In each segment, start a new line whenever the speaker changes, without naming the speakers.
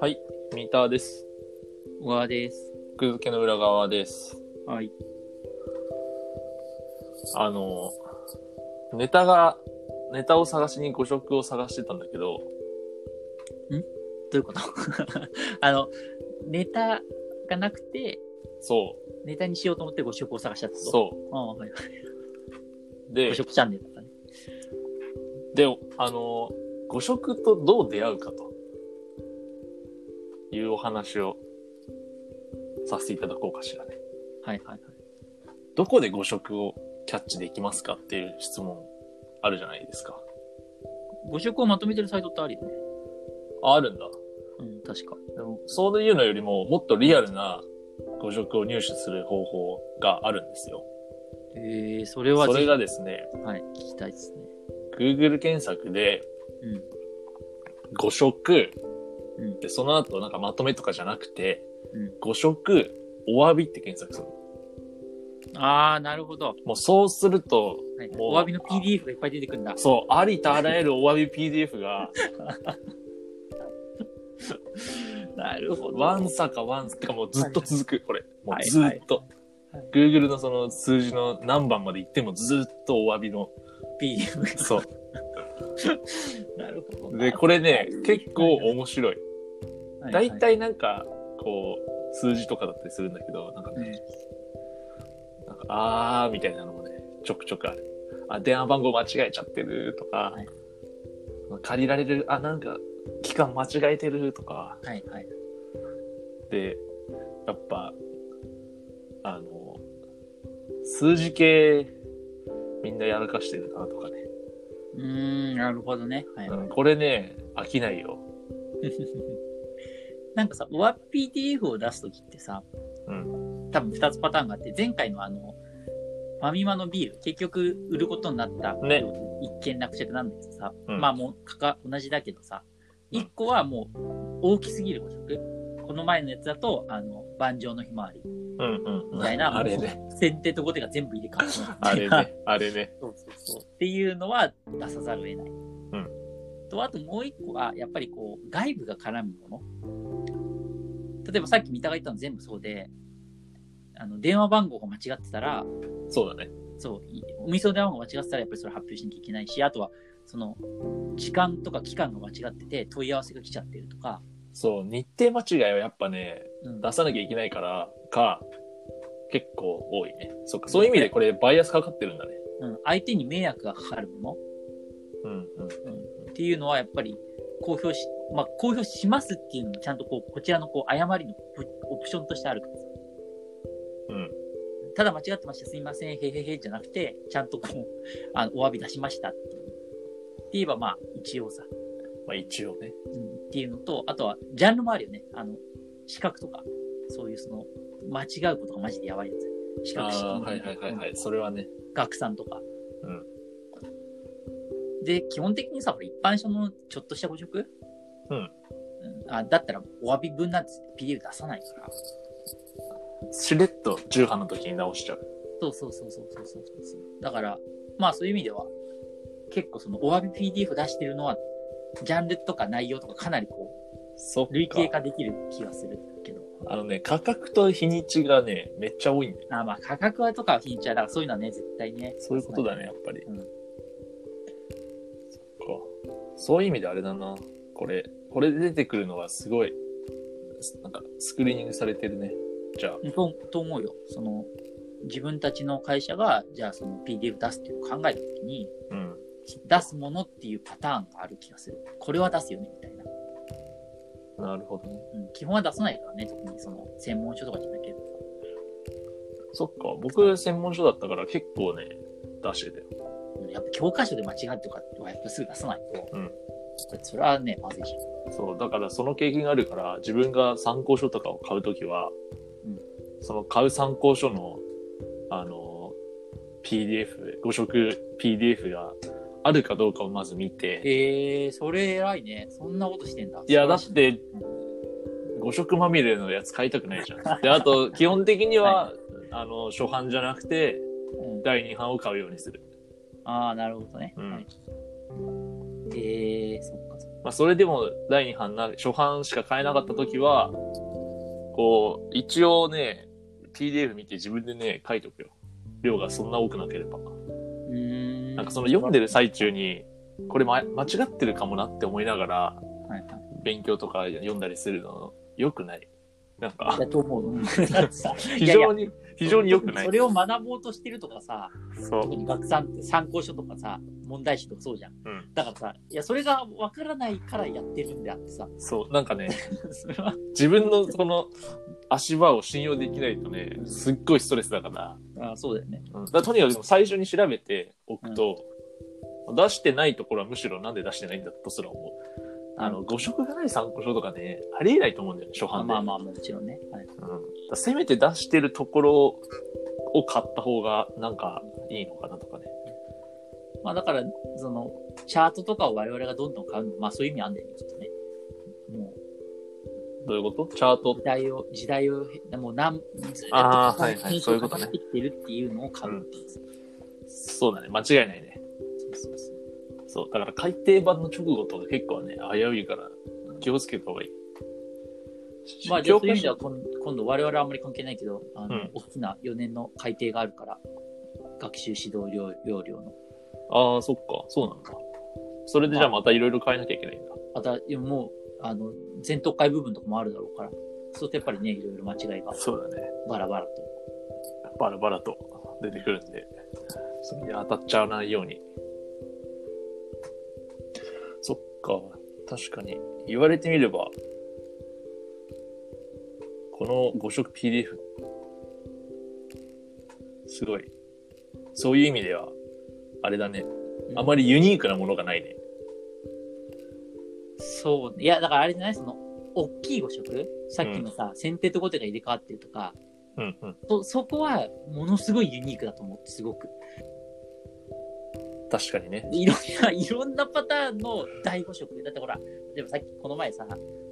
はい、三田です。
小川です。
奥付けの裏側です。
はい。
あの、ネタが、ネタを探しに誤食を探してたんだけど、
どういうこと あの、ネタがなくて、
そう、
ネタにしようと思ってご食を探したってことう。
そ
ああはい、
う。で
ご、食チャンネルだったね。
で、あの、誤食とどう出会うかと、いうお話をさせていただこうかしらね。
はいはいはい。
どこで誤食をキャッチできますかっていう質問あるじゃないですか。
ご食をまとめてるサイトってあるよね。
あ、あるんだ。
うん、確か。
でも、そういうのよりも、もっとリアルな誤食を入手する方法があるんですよ。
えー、それは
それがですね、
はい、聞きたいですね。
Google 検索で、
うん。
誤食、
うん
で、その後なんかまとめとかじゃなくて、
うん
誤食、お詫びって検索する。
ああ、なるほど。
もうそうすると、
はい、
もう
お詫びの PDF がいっぱい出てくるんだ。
そう、ありとあらゆるお詫び PDF が、
なるほ
ワンサかワンサてかもうずっと続く、これ。もうずっと
はいはい。
Google のその数字の何番まで行ってもずっとお詫びの。
PDF が。
そう。
なるほどな。
で、これね、結構面白い。
はいはい
大体なんか、こう、数字とかだったりするんだけど、なんかね、なんかあーみたいなのもね、ちょくちょくある。あ、電話番号間違えちゃってるとか、
はい
借りられる、あ、なんか、期間間違えてるとか、
はいはい。
で、やっぱ、あの、数字系、みんなやらかしてるなとかね。
うーん、なるほどね。はい、
うんこれね、飽きないよ。
なんかさ、おわ PDF を出すときってさ、
うん
多分2つパターンがあって、前回のあの、ファミマのビール、結局売ることになった、
ね
一見落着なんだけどさ、
うん
まあもうかか同じだけどさ、
うん
1個はもう大きすぎる誤植。この前のやつだと、あの、盤上のひまわり。
うんうん。
みたいな
あれ ね、
先手と後手が全部入れ替わって
あ
ます
れね、あれね。
そうそうそう。っていうのは出さざるを得ない。と、あともう一個は、やっぱりこう、外部が絡むもの。例えばさっき三田が言ったの全部そうで、あの、電話番号が間違ってたら、
そうだね。
そう、いお店の電話番号が間違ってたら、やっぱりそれ発表しなきゃいけないし、あとは、その、時間とか期間が間違ってて、問い合わせが来ちゃってるとか、
そう、日程間違いはやっぱね、
うん
出さなきゃいけないからか、結構多いね。そっか、そういう意味でこれバイアスかかってるんだね。
うん相手に迷惑がかかるもの
うんうん。
っていうのは、やっぱり、公表し、まあ、公表しますっていうのも、ちゃんとこう、こちらのこう、誤りのオプションとしてあるからさ。
うん。
ただ間違ってました、すいません、へへへじゃなくて、ちゃんとこう、あのお詫び出しましたっていう。って言えば、まあ、一応さ、
まあ一応ね。
うん、っていうのと、あとは、ジャンルもあるよね。あの、資格とか、そういうその、間違うことがマジでやばいやつ。資
あ
格試
あ
験
ー、はいはいはいはい。それはね。
学さんとか。
うん
で、基本的にさ、これ一般書のちょっとした誤植
うん
うんあ。だったら、お詫び分なんて PDF 出さないから。
しれっと重版の時に直しちゃう。
そうそうそうそうそうそうそう。だから、まあそういう意味では、結構そのお詫び PDF 出してるのは、ジャンルとか内容とかかなりこ
そっ
う、類型
か。
化できる気がするけど。
あのね、価格と日にちがね、めっちゃ多いんだよ。
あまあ価格はとかはフィーチャーだからそういうのはね、絶対ね。
そういうことだね、やっぱり。
うん
そっか。そういう意味であれだな。これ、これで出てくるのはすごい、なんか、スクリーニングされてるね。じゃあ。
うん。とと思うよ。その、自分たちの会社が、じゃあその PDF 出すっていうのを考えたときに、
うん。
出すものっていうパターンがある気がする。これは出すよね、みたいな。
なるほどね。
うん、基本は出さないからね、特にその、専門書とかじゃなければ。
そっか、僕専門書だったから結構ね、出してたよ。
うんやっぱ教科書で間違ってとかはやっぱすぐ出さないと、
うん
これそれはね、まずいじゃん。
そう、だからその経験があるから、自分が参考書とかを買うときは、
うん
その買う参考書の、あの、PDF、誤色 PDF があるかどうかをまず見て、
へえー、それ偉いね。そんなことしてんだ。
いや、だって、誤色まみれのやつ買いたくないじゃん。で、あと、基本的には、あの、初版じゃなくて、
うん、
第2版を買うようにする。
ああ、なるほどね。
うん
はい、ええー、そっかそっか。
まあ、それでも第2版な、初版しか買えなかった時は、こう、一応ね、PDF 見て自分でね、書いとくよ。量がそんな多くなければ。
うーん。
なんかその読んで
る。
る最中に、これ、ま、間違ってるかもなって思いながら、
はいはい。
勉強とか読んだりするの、良くない。なんか
い、や、と思う。うんだってさ
非
いや
常
い
に、 非常に良くな
そ
い。
れを学ぼうとしてるとかさ、
そう
特。に学さんって参考書とかさ、問題集とかそうじゃん。
うん。
だからさ、いや、それがわからないからやってるんであってさ、
そう。なんかね、
それは、
自分のその足場を信用できないとね、すっごいストレスだから。
あーそうだよね。
うん、だからとにかく最初に調べておくと、出してないところはむしろなんで出してないんだとすら思う。あの、誤色がない参考書とかね、ありえないと思うんだよね、初
まあ
版で。
まあまあ、もちろんね。はい、
うん、だからせめて出してるところを買った方がなんかいいのかなとかね。
まあだから、その、チャートとかを我々がどんどん買うの、まあそういう意味あんだよね、きっとね。も
どういうことチャー
う、
ト
時。代を、時代を、もう何、ずっと
あーはいはいそういうことね
生きてるっていうのを買うっていうさ、
そうだね、間違いないね。
そうそうそう
そう、だから改訂版の直後とか結構ね、危ういから気をつけた方がいい。
まあ、じゃあ
教
そう
科
いう意味で
書
は今、今度我々はあんまり関係ないけど、あの、
うん
大きな4年の改定があるから、学習指導要要領の。
ああ、そっか、そうなんだ。それでじゃあまたいろいろ変えなきゃいけないんだ。
また、いやもう、あの、全特会部分とかもあるだろうから、そうするとやっぱりね、いろいろ間違いが
そうだね。
バラバラと。
バラバラと出てくるんで、それに当たっちゃわないように。そっか、確かに。言われてみれば、この5色 PDF、すごい。そういう意味では、あれだね。あまりユニークなものがないね。
そう、いや、だからあれじゃないその、大きい誤色さっきのさ、先手と後手が入れ替わってるとか、
うんうん。
そ、そこは、ものすごいユニークだと思って、すごく。
確かにね。
いろんな、 いろんなパターンの大誤色だってほら、例えばさっき、この前さ、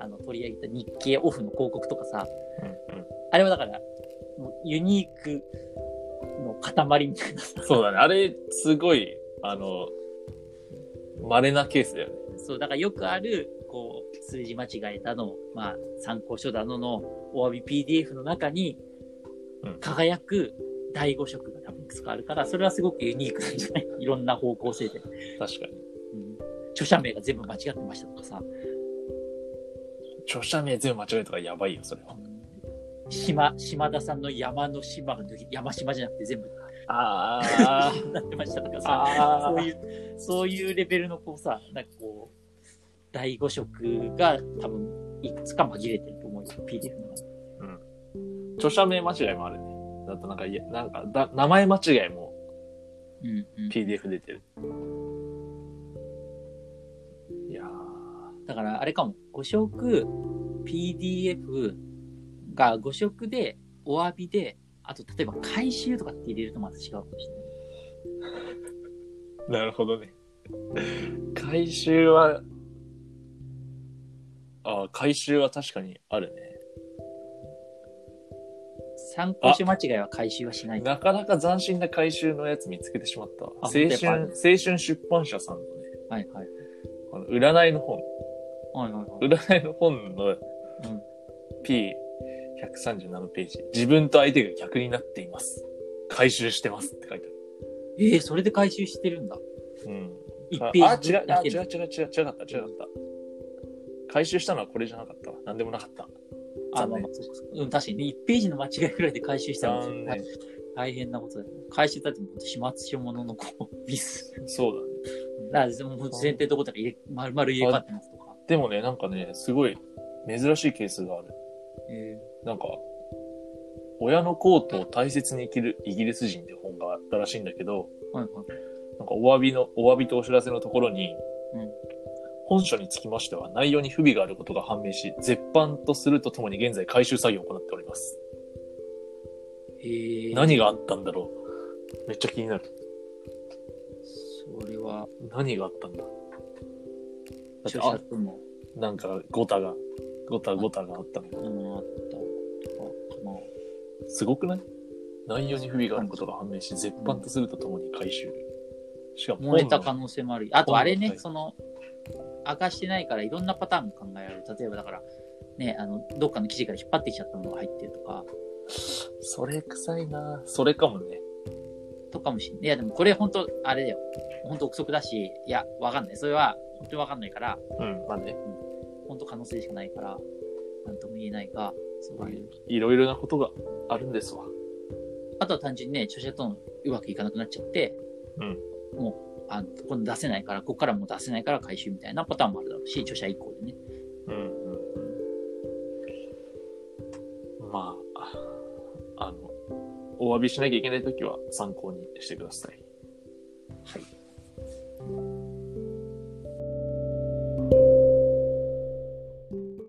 あの、取り上げた日経オフの広告とかさ、
うんうん。
あれはだから、もうユニークの塊みたいなさ、
そうだね。あれ、すごい、あの、稀なケースだよね。
そう、だからよくある、こう、数字間違えたの、まあ、参考書だのの、お詫び PDF の中に
うん、
輝く第五色が多分いくつかあるから、それはすごくユニークなんじゃない いろんな方向性で、
確かに。
うん著者名が全部間違ってましたとかさ、
著者名全部間違えたらやばいよ、それは。
島、島田さんの山の島が抜け、山島じゃなくて全部
あ
なってましたとかさ、
あ
そういう、そういうレベルのこうさ、なんかこう、第五色が多分いくつか紛れてると思うよ、PDF の中で。
著者名間違いもあるね。だとなんか、いや、なんかだ、名前間違いも
うん、うん。
PDF 出てる。いやー
だからあれかも、5色、PDF が5色で、お詫びで、あと例えば回収とかって入れるとまた違うかもしれない。
なるほどね。回収は、ああ、回収は確かにあるね。
参考書間違いは回収はしない。
なかなか斬新な回収のやつ見つけてしまったわ。
あ
青春、
やっぱあ
青
る
春出版社さんのね、
はいはい。
この占いの本。
はいはいはい。
占いの本の
うん
P137 ページ。自分と相手が逆になっています。回収してますって書いて
えー、それで回収してるんだ。
ある。うん。
一
あ
ペ
あ
ージ
違う、
だ
あ、
け
違
で
う、違う、違う、違かった、違かった。回収したのはこれじゃなかったわ。なんでもなかった。
あまあまあ、そうかそうかうん、確かにね、1ページの間違いぐらいで回収したら
残念
大変なことだよ。回収だってもう始末書もののこう、ミス。
そうだね。
だから、もう前提どこだか入れ、丸々入れ替わってますとか。
でもね、なんかね、すごい珍しいケースがある。
え
なんか、親のコートを大切に生きるイギリス人って本があったらしいんだけど、
ー、はいはい。
なんかお詫びの、お詫びとお知らせのところに、
うん
本書につきましては内容に不備があることが判明し、絶版とするとともに現在回収作業を行っております。
えー、
何があったんだろうめっちゃ気になる。
それは、
何があったんだだって
著者
あ、
とも、
なんかゴタが、ゴタゴタがあったのか
あの、あったことかな。
すごくない内容に不備があることが判明し、絶版とするとともに回収しかも
燃えた可
本の
能性もある。あと、あれ
は
ね、
い
その、明かしてないからいろんなパターンが考えられる。例えば、だから、ね、あの、どっかの記事から引っ張ってきちゃったものが入ってるとか、
それ臭いなそれかもね。
とかもしんない。いや、でもこれ本当、あれだよ。本当憶測だし、いや、わかんない。それは、本当にわかんないから、
うん、まあね。
本当可能性しかないから、なんとも言えないが、そういう。
いろいろなことがあるんですわ。
あとは単純にね、著者とのうまくいかなくなっちゃって、
うん
もう、あのここ出せないから、ここからもう出せないから回収みたいなパターンもあるだろうし、著者以降でね。
うん、うん。まあ、あの、お詫びしなきゃいけないときは参考にしてください。
はい。